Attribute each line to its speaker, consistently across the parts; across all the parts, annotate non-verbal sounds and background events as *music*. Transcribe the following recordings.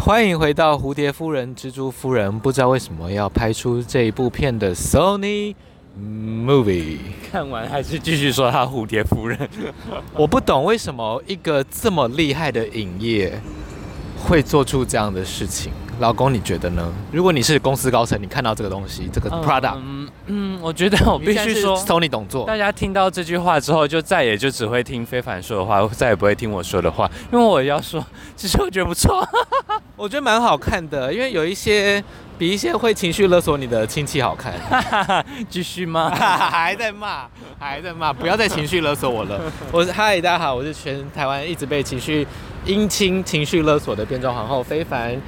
Speaker 1: 欢迎回到《蝴蝶夫人》《蜘蛛夫人》，不知道为什么要拍出这一部片的 Sony Movie，
Speaker 2: 看完还是继续说他蝴蝶夫人，
Speaker 1: 我不懂为什么一个这么厉害的影业会做出这样的事情。老公，你觉得呢？如果你是公司高层，你看到这个东西，这个 product，、
Speaker 2: *laughs* 嗯嗯，我觉得我
Speaker 1: 我
Speaker 2: 必须说，
Speaker 1: Sony 懂做
Speaker 2: 大，家听到这句话之后，就再也就只会听非凡说的话，再也不会听我说的话，因为我要说，其实我觉得不错。 *laughs*
Speaker 1: 我觉得蛮好看的，因为有一些比一些会情绪勒索你的亲戚好看。
Speaker 2: 继续吗？
Speaker 1: *laughs* 还在骂，还在骂，不要再情绪勒索我了。 *laughs* 我是嗨，大家好，我是全台湾一直被情绪姻亲情绪勒索的变装皇后非凡。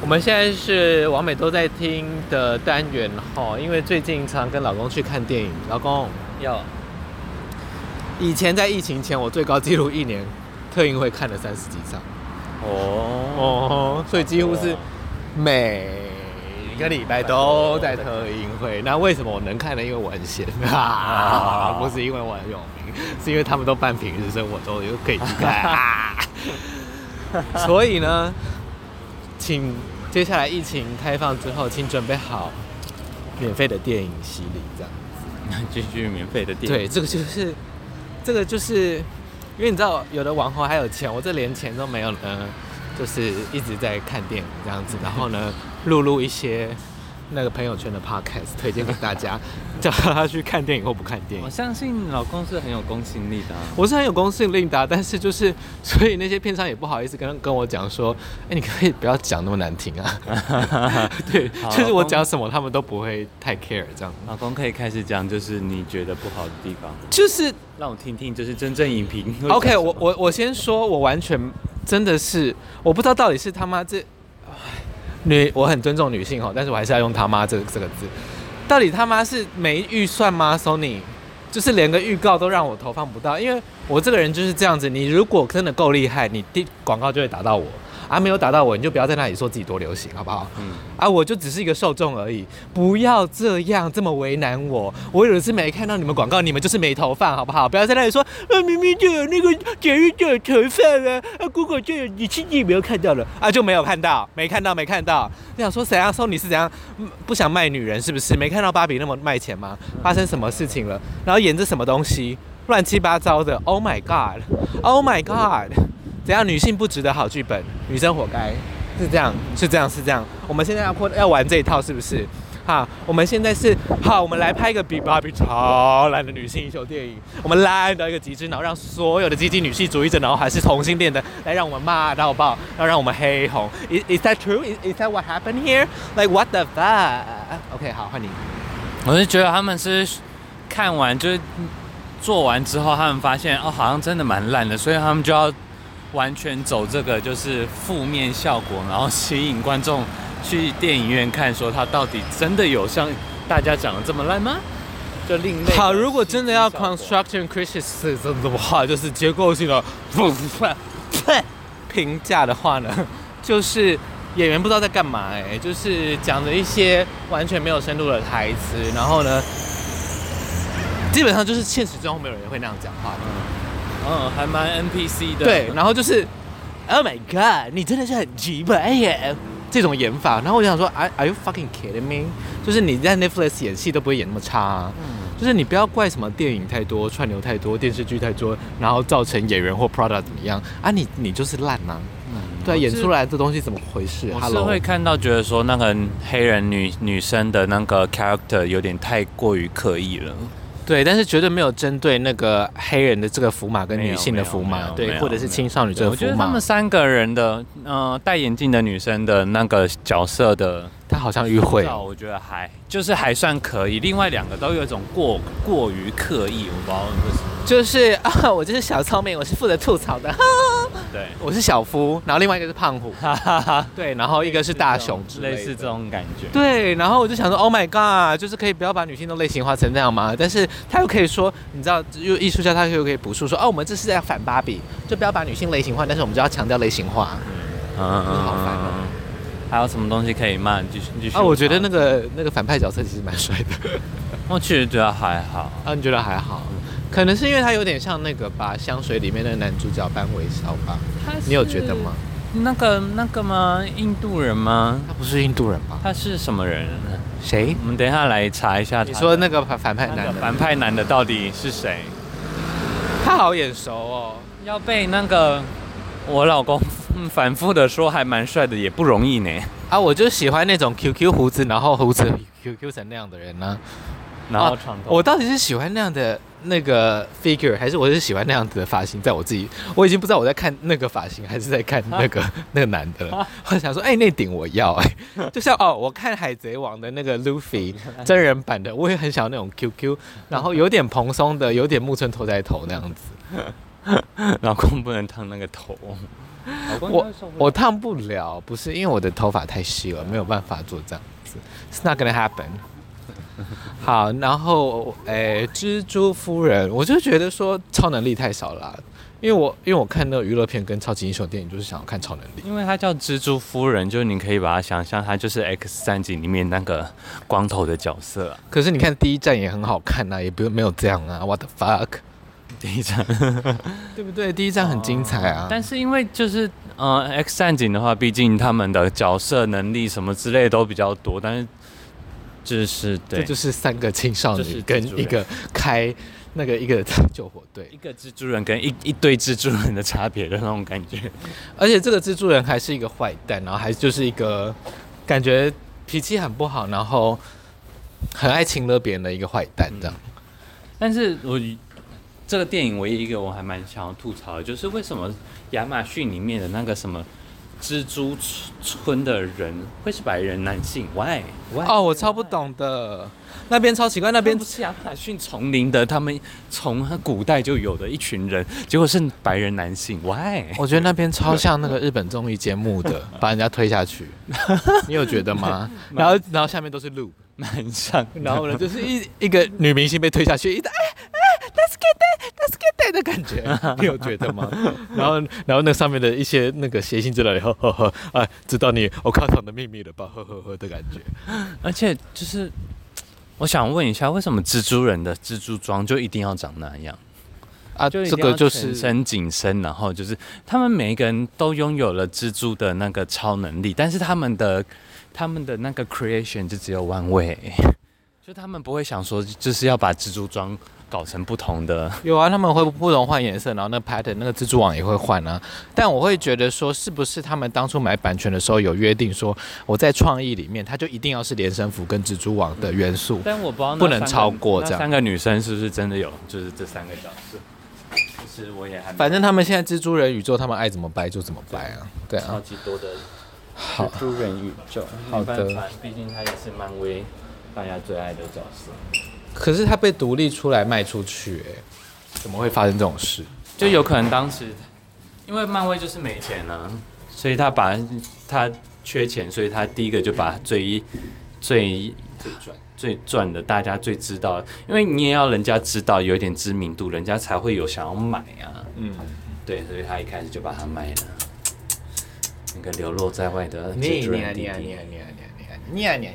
Speaker 1: 我们现在是王美都在听的单元哈，因为最近常跟老公去看电影。老公，
Speaker 2: 有
Speaker 1: 以前在疫情前，我最高纪录一年特映会看了三十几场
Speaker 2: 哦
Speaker 1: 哦，所以几乎是每一个礼拜都在特映会。那为什么我能看呢？因为我很闲 *laughs* 啊，不是因为我很有名，是因为他们都办平日生活都有可以去看。啊、所以呢，请接下来疫情开放之后，请准备好免费的电影洗礼，这样。
Speaker 2: 继续免费的电影，
Speaker 1: 对，这个就是，这个就是，因为你知道，有的网红还有钱，我这连钱都没有呢，就是一直在看电影这样子，然后呢，录入一些那个朋友圈的 podcast 推荐给大家， *laughs* 叫他去看电影或不看电
Speaker 2: 我
Speaker 1: 影。
Speaker 2: 相信老公是很有公信力的、啊。
Speaker 1: 我是很有公信力的啊，但是就是，所以那些片商也不好意思跟跟我讲说，哎、你可以不要讲那么难听啊。 *laughs* 对，
Speaker 2: 好
Speaker 1: 就是我讲什么他们都不会太 care 这样，
Speaker 2: 老公可以开始讲，就是你觉得不好的地方，
Speaker 1: 就是
Speaker 2: 让我听听，就是真正影评会讲什么。
Speaker 1: OK，我我我先说，我完全真的是我不知道到底是他妈这唉女，我很尊重女性哈，哦但是我还是要用他妈这这个字。到底他妈是没预算吗？Sony 就是连个预告都让我投放不到，因为我这个人就是这样子。你如果真的够厉害，你第广告就会打到我啊，没有打到我，你就不要在那里说自己多流行，好不好？
Speaker 2: 嗯
Speaker 1: 啊，我就只是一个受众而已，不要这样这么为难我。我有一次没看到你们广告，你们就是没投放，好不好？不要在那里说，啊，明明就有那个节日就有投放啊，啊，Google 就有，你自己没有看到了啊，就没有看到，没看到，没看到。你想说谁啊？说你是怎样嗯不想卖女人是不是？没看到芭比那么卖钱吗？发生什么事情了？然后演着什么东西，乱七八糟的。Oh my god！Oh my god！怎样？女性不值得好剧本，女生活该。是这样，是这样，是这样。我们现在要破要玩这一套，是不是？哈，我们现在是好，我们来拍一个比芭比超烂的女性英雄电影，我们烂到一个极致，然后让所有的激进女性主义者，然后还是同性恋的，来让我们骂到爆，然后让我们黑红。Is is that true? Is is that what happened here? Like what the fuck? OK，好，换你。
Speaker 2: 我是觉得他们是看完就是做完之后，他们发现哦，好像真的蛮烂的，所以他们就要完全走这个就是负面效果，然后吸引观众去电影院看，说它到底真的有像大家讲的这么烂吗？就另类。
Speaker 1: 好，如果真的要
Speaker 2: 吸引效果
Speaker 1: construction criticism 的话，就是结构性的评价的话呢，就是演员不知道在干嘛、哎，就是讲着一些完全没有深度的台词，然后呢，基本上就是现实中没有人会那样讲话的。
Speaker 2: 嗯，还蛮 NPC 的。
Speaker 1: 对，然后就是 Oh my God，你真的是很急白耶这种演法。然后我就想说，Are 啊 Are you fucking kidding me？就是你在 Netflix 演戏都不会演那么差、啊。就是你不要怪什么电影太多、串流太多、电视剧太多，然后造成演员或 product 怎么样啊你？你就是烂呐、
Speaker 2: 嗯
Speaker 1: 对啊，
Speaker 2: 我
Speaker 1: 演
Speaker 2: 是
Speaker 1: 出来这东西怎么回事
Speaker 2: 我是
Speaker 1: ？Hello，
Speaker 2: 会看到觉得说那个黑人女女生的那个 character 有点太过于刻意了。
Speaker 1: 对，但是绝对没有针对那个黑人的这个福马跟
Speaker 2: 没有
Speaker 1: 女性的福
Speaker 2: 没
Speaker 1: 马，
Speaker 2: 有没
Speaker 1: 对，
Speaker 2: 有
Speaker 1: 或者是青少女
Speaker 2: 对
Speaker 1: 这
Speaker 2: 我
Speaker 1: 个
Speaker 2: 觉
Speaker 1: 福
Speaker 2: 得他
Speaker 1: 马
Speaker 2: 们，三个人的，呃，戴眼镜的女生的那个角色的
Speaker 1: 他好像迂回哦。
Speaker 2: 照，我觉得还就是还算可以。另外两个都有一种过过于刻意，我不知道为什么。
Speaker 1: *laughs* 就是 *laughs* 啊，我就是小聪明，我是负责吐槽的。
Speaker 2: 对，
Speaker 1: 我是小夫，然后另外一个是胖 *laughs* 虎，
Speaker 2: 哈哈哈，
Speaker 1: *laughs* 对，然后一个是大熊之类
Speaker 2: 类
Speaker 1: 的
Speaker 2: 似这。种感觉。
Speaker 1: 对，然后我就想说，Oh my god，就是可以不要把女性都类型化成那样嘛。但是他又可以说，你知道，又艺术家他又可以补述说，哦，我们这是在反芭比，就不要把女性类型化，但是我们就要强调类型化。
Speaker 2: 嗯，嗯嗯
Speaker 1: 好烦哦
Speaker 2: 还有什么东西可以骂？继续继续。
Speaker 1: 啊，我觉得那，个 *laughs* 那个反派角色其实蛮帅 *laughs* 的。
Speaker 2: 我哦其实觉得还好。
Speaker 1: 啊，你觉得还好？可能是因为他有点像那个吧，香水里面那个男主角班维肖吧，你有觉得吗？？
Speaker 2: 那个那个吗？印度人吗？
Speaker 1: 他不是印度人吗？
Speaker 2: 他是什么人呢？
Speaker 1: 谁？
Speaker 2: 我们等一下来查一下他。
Speaker 1: 你说那个反反派
Speaker 2: 那
Speaker 1: 男
Speaker 2: 个
Speaker 1: 的，
Speaker 2: 反派男的到底是谁？
Speaker 1: 他好眼熟哦。
Speaker 2: 要被那个我老公反复的说还蛮帅的，也不容易呢。
Speaker 1: 啊，我就喜欢那种 QQ 胡子，然后胡子 QQ 成那样的人呢、
Speaker 2: 然后
Speaker 1: 啊
Speaker 2: 床头、
Speaker 1: 我到底是喜欢那样的那个 figure，还是我是喜欢那样子的发型？在我自己，我已经不知道我在看那个发型，还是在看那个 *laughs* 那个男的了。我想说，哎、那顶我要、哎，就像哦，我看《海贼王》的那个 Luffy 真人版的，我也很想要那种 QQ，然后有点蓬松的，有点木村拓哉头那样子。
Speaker 2: *laughs* 老公不能烫那个头。
Speaker 1: 我我烫不了，不是因为我的头发太细了，没有办法做这样子。It's not gonna happen 。 *laughs* 好，然后诶、蜘蛛夫人，我就觉得说超能力太少了啊，因为我因为我看那个娱乐片跟超级英雄电影，就是想要看超能力。
Speaker 2: 因为她叫蜘蛛夫人，就是你可以把她想象，她就是 X 战警里面那个光头的角色、啊。
Speaker 1: 可是你看第一站也很好看呐、也不用没有这样啊，What the fuck， *laughs*
Speaker 2: 第一张，
Speaker 1: 对不对？第一站很精彩啊，
Speaker 2: 哦但是因为就是呃，X 战警的话，毕竟他们的角色能力什么之类都比较多，但是就是
Speaker 1: 这
Speaker 2: 对，
Speaker 1: 就是三个青少
Speaker 2: 这
Speaker 1: 女
Speaker 2: 是
Speaker 1: 跟
Speaker 2: 蜘蛛
Speaker 1: 一
Speaker 2: 人
Speaker 1: 个开那个一个 *laughs* 救火队。
Speaker 2: 一个蜘蛛人跟一一堆蜘蛛人的差别的那种感觉。
Speaker 1: 而且这个蜘蛛人还是一个坏蛋，然后还就是一个感觉脾气很不好，然后很爱亲了别人的一个坏蛋这样。
Speaker 2: 但是我这个电影唯一一个我还蛮想要吐槽的，就是为什么亚马逊里面的那个什么蜘蛛村的人会是白人男性？Why？Why？
Speaker 1: 哦，我超不懂的，那边超奇怪，那
Speaker 2: 那边
Speaker 1: 边
Speaker 2: 不是亚马逊丛林的，他们从古代就有的一群人，结果是白人男性，Why？
Speaker 1: *laughs* 我觉得那边超像那个日本综艺节目 *laughs* 的，把人家推下去，你有觉得 *laughs* 吗？然后然后下面都是路，
Speaker 2: 蛮像的。
Speaker 1: 然后呢就是一一个女明星被推下去，一直哎哎，let's get it，let's get it 的感觉， *laughs* 你有觉得吗？然后然后那上面的一些那个谐星知道了以后，呵呵，哎，知道你我靠场的秘密了吧，呵呵呵的感觉。
Speaker 2: 而且就是，我想问一下，为什么蜘蛛人的蜘蛛装就一定要长那样？
Speaker 1: 啊，
Speaker 2: 就一
Speaker 1: 这
Speaker 2: 定要
Speaker 1: 个就
Speaker 2: 全
Speaker 1: 是
Speaker 2: 身紧身，然后就是他们每一个人都拥有了蜘蛛的那个超能力，但是他们的他们的那个 creation 就只有 one way，就 *laughs* 他们不会想说就是要把蜘蛛装搞成不同的，
Speaker 1: 有啊，他们会不同换颜色，然后那 pattern 那个蜘蛛网也会换啊。但我会觉得说，是不是他们当初买版权的时候有约定说，我在创意里面，它就一定要是连身服跟蜘蛛网的元素。
Speaker 2: *laughs* 但 *laughs* 我不知道那
Speaker 1: 不能
Speaker 2: 三个
Speaker 1: 超过这
Speaker 2: 那
Speaker 1: 样
Speaker 2: 三个女生是不是真的有就是这三个角色？其实我也还没
Speaker 1: 反正他们现在蜘蛛人宇宙，他们爱怎么掰就怎么掰啊。对
Speaker 2: 超
Speaker 1: 啊，
Speaker 2: 级多的
Speaker 1: 好
Speaker 2: 蜘，蛛人宇宙，
Speaker 1: 好的
Speaker 2: 没办法，毕竟他也是漫威大家最爱的角色。
Speaker 1: 可是它被独立出来卖出去、欸，怎么会发生这种事？
Speaker 2: 就有可能当时因为漫威就是没钱啊，所以他把他缺钱，所以他第一个就把最最最赚最赚的大家最知道，因为你也要人家知道有一点知名度，人家才会有想要买啊。
Speaker 1: 嗯，
Speaker 2: 对，所以他一开始就把它卖了。那个流落在外的
Speaker 1: 你啊
Speaker 2: 蜘蛛
Speaker 1: 你
Speaker 2: 人弟
Speaker 1: 你
Speaker 2: 弟
Speaker 1: 你，你你你啊你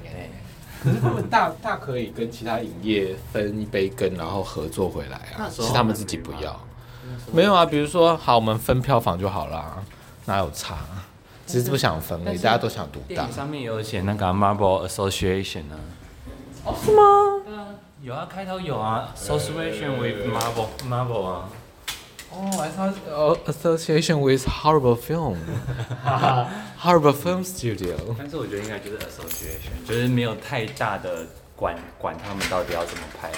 Speaker 1: 可是他们大大可以跟其他影业分一杯羹，然后合作回来啊
Speaker 2: 那，时候
Speaker 1: 是他们自己不要。没有啊，比如说好，我们分票房就好啦，哪有差？只是不想分而
Speaker 2: 但
Speaker 1: 已，
Speaker 2: 是
Speaker 1: 大家都想独
Speaker 2: 电
Speaker 1: 大
Speaker 2: 影。上面也有写那个啊 Marvel Association 啊。哦，是吗？对啊，有啊，开头有啊，Association with Marvel Marvel 啊。
Speaker 1: 哦，还是哦，association with horrible *laughs* film，horrible film studio。
Speaker 2: 但是我觉得应该就是 association，就是没有太大的管管他们到底要怎么拍，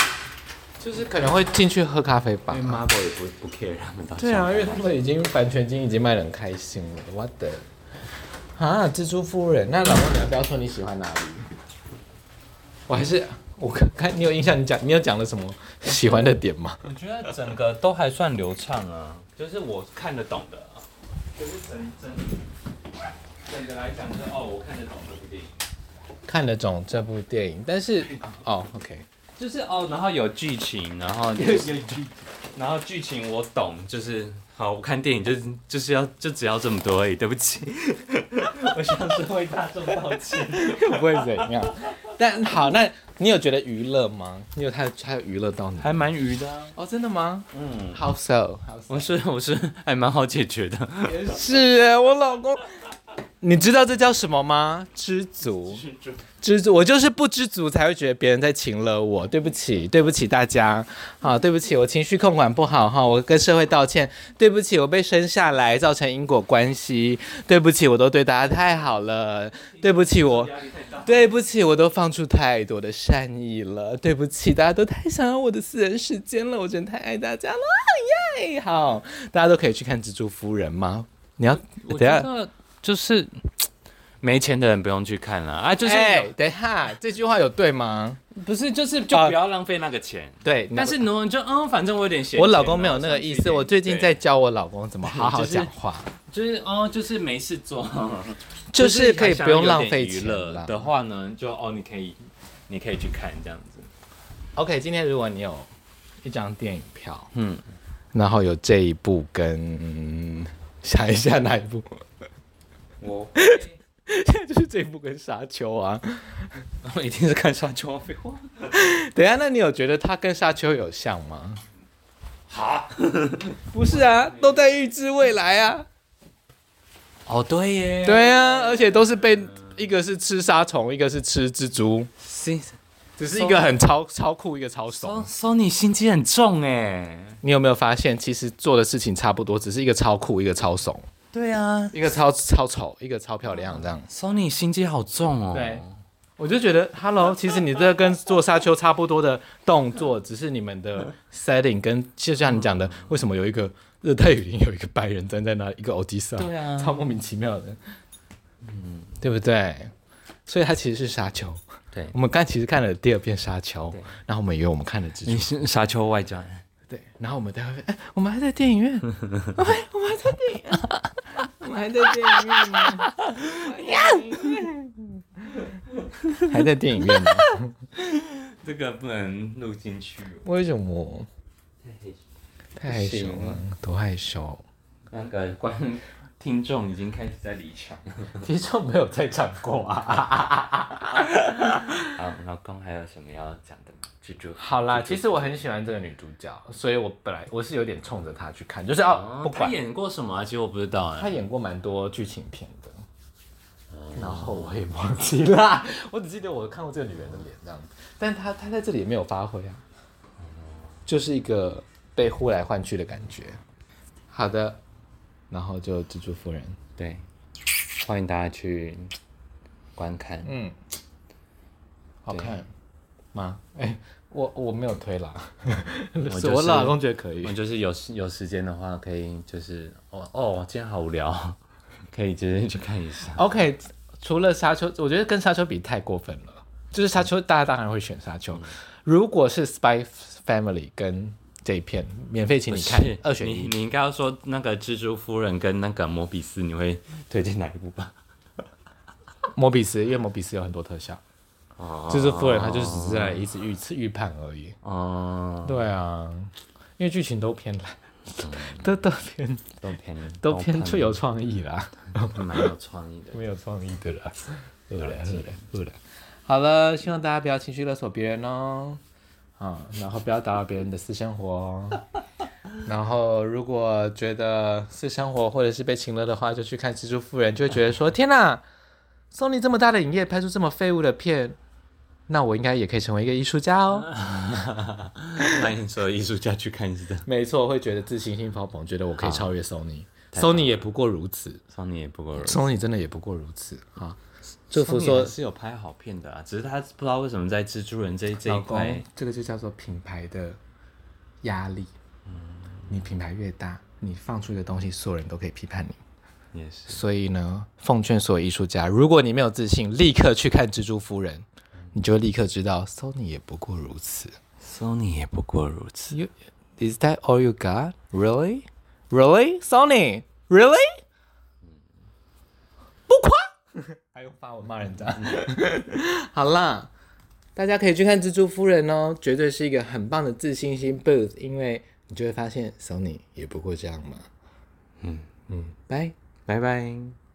Speaker 1: 就是可能会进去喝咖啡吧
Speaker 2: 因为。Marvel 也不不 care 他们到底
Speaker 1: 对啊，
Speaker 2: 想
Speaker 1: 因为他们已经版权金已经卖得很开心了，我的啊，蜘蛛夫人，那老公你要不要说你喜欢哪里？我还是我看看你有印象，你讲你有讲了什么喜欢的点吗？
Speaker 2: 我觉得整个都还算流畅啊，就是我看得懂的啊，就是整整整个来讲就是哦，我看得懂这部电影，
Speaker 1: *laughs* 看得懂这部电影，但是哦，OK， *laughs*
Speaker 2: 就是哦，然后有剧情，然后 *laughs* 有剧情，然后剧情我懂，就是好，我看电影就是就是要就只要这么 *laughs* 多而已，对不起，我向这位大众道歉。
Speaker 1: 不会怎样。但好，那你有觉得娱乐吗？你有他他有娱乐到你？
Speaker 2: *laughs* 还蛮鱼的、啊。
Speaker 1: 哦，真的吗？
Speaker 2: 嗯，
Speaker 1: How so？
Speaker 2: 我是 *laughs* 我是还蛮好解决的。
Speaker 1: 是耶，我老公。你知道这叫什么吗？知足，知足。我就是不知足，才会觉得别人在请了我。对不起，对不起大家，好，对不起，我情绪控管不好哈，我跟社会道歉。对不起，我被生下来造成因果关系。对不起，我都对大家太好了。对不起，我，对不起，我都放出太多的善意了。对不起，大家都太想要我的私人时间了，我真的太爱大家了耶！好，大家都可以去看《蜘蛛夫人》吗？你要
Speaker 2: 我
Speaker 1: 等一
Speaker 2: 觉
Speaker 1: 下。
Speaker 2: 得就是没钱的人不用去看了啊，就是、
Speaker 1: 哎、等一下，这句话有对吗？
Speaker 2: 不是就是就不要浪费啊那个钱。
Speaker 1: 对，
Speaker 2: 但是呢，就嗯，反正我有点闲钱。
Speaker 1: 我老公没有那个意思，
Speaker 2: 然后
Speaker 1: 我
Speaker 2: 上去
Speaker 1: 最
Speaker 2: 一点
Speaker 1: 近在教我老公怎么好好
Speaker 2: 就是
Speaker 1: 讲话，
Speaker 2: 对就是哦，就是没事 *laughs* 做，
Speaker 1: 就是可以不用浪费
Speaker 2: 娱
Speaker 1: 钱
Speaker 2: 乐
Speaker 1: 啦
Speaker 2: 的话呢，就哦，你可以你可以去看这样子。
Speaker 1: OK，今天如果你有一张电影票，
Speaker 2: 嗯，
Speaker 1: 然后有这一部跟、嗯想一下哪一部，
Speaker 2: 我
Speaker 1: *laughs* 就是这一部跟沙丘啊。
Speaker 2: 我哦一定是看沙丘，啊废话。
Speaker 1: 等一下，那你有觉得它跟沙丘有像吗？
Speaker 2: 好。
Speaker 1: *laughs* 不是啊，都在预知未来啊。
Speaker 2: 哦，对耶。
Speaker 1: 对啊，而且都是被
Speaker 2: 嗯
Speaker 1: 一个是吃沙虫，一个是吃蜘蛛，
Speaker 2: 星
Speaker 1: 只是一个很超超酷，一个超怂
Speaker 2: Sony。Sony 心机很重哎。
Speaker 1: 你有没有发现，其实做的事情差不多，只是一个超酷，一个超怂，
Speaker 2: 对啊
Speaker 1: 一个 *laughs* 超超丑，一个超漂亮，这样。
Speaker 2: ，Sony 心机好重哦。
Speaker 1: 对我就觉得，Hello，其 *laughs* 实你这跟做沙丘差不多的动作，只是你们的 setting 跟就像你讲的，为什么有一个热带雨林有一个白人站在那一个欧吉桑，
Speaker 2: 对啊
Speaker 1: 超莫名其妙的，嗯，对不对？所以它其实是沙丘。
Speaker 2: 对
Speaker 1: 我们刚其实看了第二遍沙丘，然后我们以为我们看了蜘蛛
Speaker 2: 你是沙丘外传。
Speaker 1: 对，然后我们待会，哎，我们还在电影 *laughs* 院，我们还我们还在电影院，我们还在电影院吗？还在电影院吗？
Speaker 2: 这个不能录进去哦。
Speaker 1: 为什么？太害羞了，多害羞！
Speaker 2: 那个观听众已经开始在离场 *laughs* 了。
Speaker 1: 听说没有在唱过啊。
Speaker 2: 好，啊老公还有什么要讲的吗？蜘蛛。
Speaker 1: 好啦，其实我很喜欢这个女主角，所以我本来我是有点冲着她去看，就是哦，不
Speaker 2: 他
Speaker 1: 管
Speaker 2: 演过什么啊？其实我不知道
Speaker 1: 她
Speaker 2: 哎。
Speaker 1: 演过蛮多剧情片的，然后我也忘记啦， *laughs* 我只记得我看过这个女人的脸这样子，但她她在这里也没有发挥啊，就是一个被呼来唤去的感觉。好的，然后就蜘蛛夫人，
Speaker 2: 对，欢迎大家去观看。
Speaker 1: 嗯，好看吗？哎、我我没有推啦， *laughs*
Speaker 2: 就是
Speaker 1: 我老公觉得可
Speaker 2: 我
Speaker 1: 以。
Speaker 2: 就是有时有时间的话，可以就是哦哦，今天好无聊， *laughs* 可以就是去看一下。
Speaker 1: OK，除了沙丘，我觉得跟沙丘比太过分了。就是沙丘，大家当然会选沙丘。如果是 Spy Family 跟这一片免费，请你看
Speaker 2: 是
Speaker 1: 二选
Speaker 2: 你
Speaker 1: 一。
Speaker 2: 你应该要说那个蜘蛛夫人跟那个摩比斯，你会推荐哪一部吧？
Speaker 1: 摩比斯，因为摩比斯有很多特效，
Speaker 2: 哦
Speaker 1: 就是夫人她就是只是在一直预测预判而已。
Speaker 2: 哦，
Speaker 1: 对啊，因为剧情都偏烂， *laughs* 都都偏
Speaker 2: 都偏
Speaker 1: 都偏最有创意啦。
Speaker 2: 蛮有创意的。
Speaker 1: *laughs* 没有创意的啦，饿了饿了饿了。好了，希望大家不要情绪勒索别人哦，啊、然后不要打扰别人的私生活哦。 *laughs* 然后如果觉得私生活或者是被情勒的话，就去看《蜘蛛夫人》，就会觉得说：天哪，索尼这么大的影业拍出这么废物的片，那我应该也可以成为一个艺术家哦。 *laughs*
Speaker 2: 欢迎所有艺术家去看这个，
Speaker 1: 没错，会觉得自信心爆棚，觉得我可以超越索尼。
Speaker 2: 太棒
Speaker 1: 索尼也不过如此，
Speaker 2: *laughs* 桑尼也不过如此。
Speaker 1: 索尼真的也不过如此啊。祝福
Speaker 2: Sony
Speaker 1: 说
Speaker 2: 还是有拍好片的啊，只是他不知道为什么在蜘蛛人这这
Speaker 1: 老
Speaker 2: 一
Speaker 1: 公
Speaker 2: 块，
Speaker 1: 这个就叫做品牌的压力。
Speaker 2: 嗯
Speaker 1: 你品牌越大，你放出的东西，所有人都可以批判你。
Speaker 2: 也是
Speaker 1: 所以呢，奉劝所有艺术家，如果你没有自信，立刻去看《蜘蛛夫人》，你就会立刻知道，Sony 也不过如此。
Speaker 2: ，Sony 也不过如此。
Speaker 1: You is that all you got? Really? Really? Sony? Really? 不夸，还用发文骂人家？ *laughs* 好啦，大家可以去看《蜘蛛夫人》哦，绝对是一个很棒的自信心 boost，因为你就会发现 Sony 也不过这样嘛。嗯嗯，拜。
Speaker 2: 拜拜。